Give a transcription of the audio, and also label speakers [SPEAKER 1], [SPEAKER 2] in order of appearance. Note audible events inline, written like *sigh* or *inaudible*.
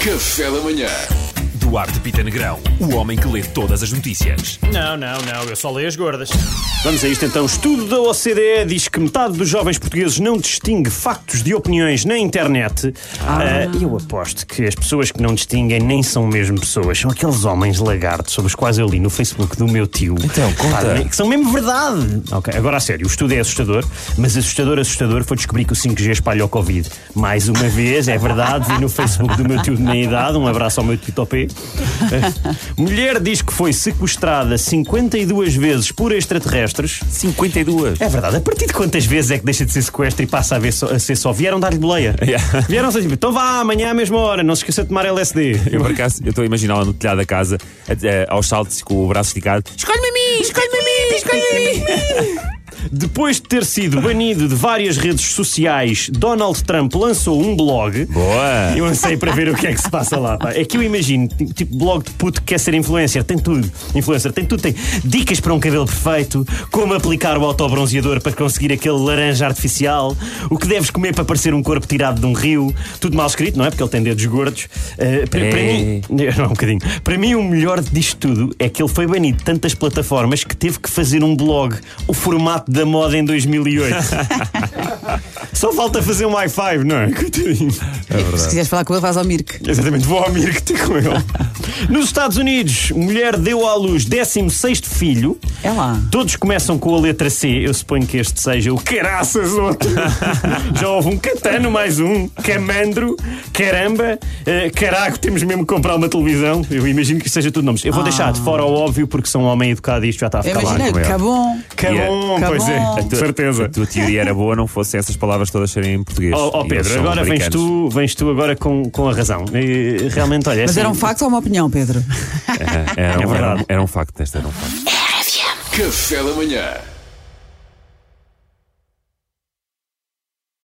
[SPEAKER 1] Café da Manhã.
[SPEAKER 2] Duarte Pita Negrão, o homem que lê todas as notícias.
[SPEAKER 3] Não, não, não, eu só leio as gordas.
[SPEAKER 4] Vamos a isto então. Estudo da OCDE diz que metade dos jovens portugueses não distingue factos de opiniões na internet. Ah, eu aposto que as pessoas que não distinguem nem são mesmo pessoas, são aqueles homens lagartos sobre os quais eu li no Facebook do meu tio.
[SPEAKER 2] Então, conta.
[SPEAKER 4] Pá, que são mesmo verdade. Ok, agora a sério, o estudo é assustador, mas assustador, assustador foi descobrir que o 5G espalha o Covid. Mais uma vez, é verdade, vi no Facebook do meu tio de meia idade. Um abraço ao meu tio Topé. Mulher diz que foi sequestrada 52 vezes por extraterrestres.
[SPEAKER 2] 52.
[SPEAKER 4] É verdade. A partir de quantas vezes é que deixa de ser sequestro e passa a, ver só- a ser só? Vieram dar-lhe boleia.
[SPEAKER 2] Yeah.
[SPEAKER 4] Vieram só tipo, então vá, amanhã à mesma hora, não se esqueça de tomar LSD.
[SPEAKER 2] Eu, por acaso, eu estou a imaginá-la no telhado da casa, eh, aos saltos, com o braço esticado. Escolhe-me a mim, escolhe-me a mim, escolhe-me a mim.
[SPEAKER 4] Depois de ter sido banido de várias redes sociais, Donald Trump lançou um blog.
[SPEAKER 2] Boa.
[SPEAKER 4] Eu ansei para ver o que é que se passa lá. Pá. É que eu imagino, ti- tipo, blog de puto que quer ser influencer, tem tudo. Influencer, tem tudo. Tem dicas para um cabelo perfeito, como aplicar o autobronzeador para conseguir aquele laranja artificial, o que deves comer para parecer um corpo tirado de um rio. Tudo mal escrito, não é? Porque ele tem dedos gordos. Uh, para, para
[SPEAKER 2] Ei.
[SPEAKER 4] mim. *laughs* Não, um bocadinho. Para mim, o melhor disto tudo é que ele foi banido de tantas plataformas que teve que fazer um blog, o formato da moda em 2008. Só falta fazer um i5, não é? Coitadinho.
[SPEAKER 5] Se quiseres falar com ele, vais ao Mirk.
[SPEAKER 4] Exatamente, vou ao amigo que tem
[SPEAKER 5] *laughs*
[SPEAKER 4] com ele. Nos Estados Unidos, mulher deu à luz 16 filho.
[SPEAKER 5] É lá.
[SPEAKER 4] Todos começam com a letra C. Eu suponho que este seja o caraças
[SPEAKER 5] *laughs*
[SPEAKER 4] outro. Já houve um catano mais um, camandro, caramba, eh, caraco, temos mesmo que comprar uma televisão. Eu imagino que isto seja tudo nomes. Eu vou deixar
[SPEAKER 5] Ah.
[SPEAKER 4] de fora o óbvio porque sou um homem educado e isto já está a
[SPEAKER 5] Eu
[SPEAKER 4] ficar lá.
[SPEAKER 5] imaginei,
[SPEAKER 2] com ele.
[SPEAKER 5] Cabon.
[SPEAKER 4] Cabum,
[SPEAKER 5] Yeah.
[SPEAKER 4] pois
[SPEAKER 5] Cabum.
[SPEAKER 4] é, de certeza.
[SPEAKER 2] A tua teoria era boa, não fossem essas palavras todas serem em português.
[SPEAKER 4] Ó ó,
[SPEAKER 2] E eles
[SPEAKER 4] Pedro,
[SPEAKER 2] são
[SPEAKER 4] agora vens
[SPEAKER 2] americanos.
[SPEAKER 4] tu, vens tu agora com, com a razão. Eh, realmente, olha, é
[SPEAKER 5] Mas
[SPEAKER 4] assim-
[SPEAKER 5] era um facto ou uma opinião, Pedro?
[SPEAKER 2] É, era, um,
[SPEAKER 4] É verdade.
[SPEAKER 2] era um- era um facto, desta era um facto.
[SPEAKER 1] Café da Manhã.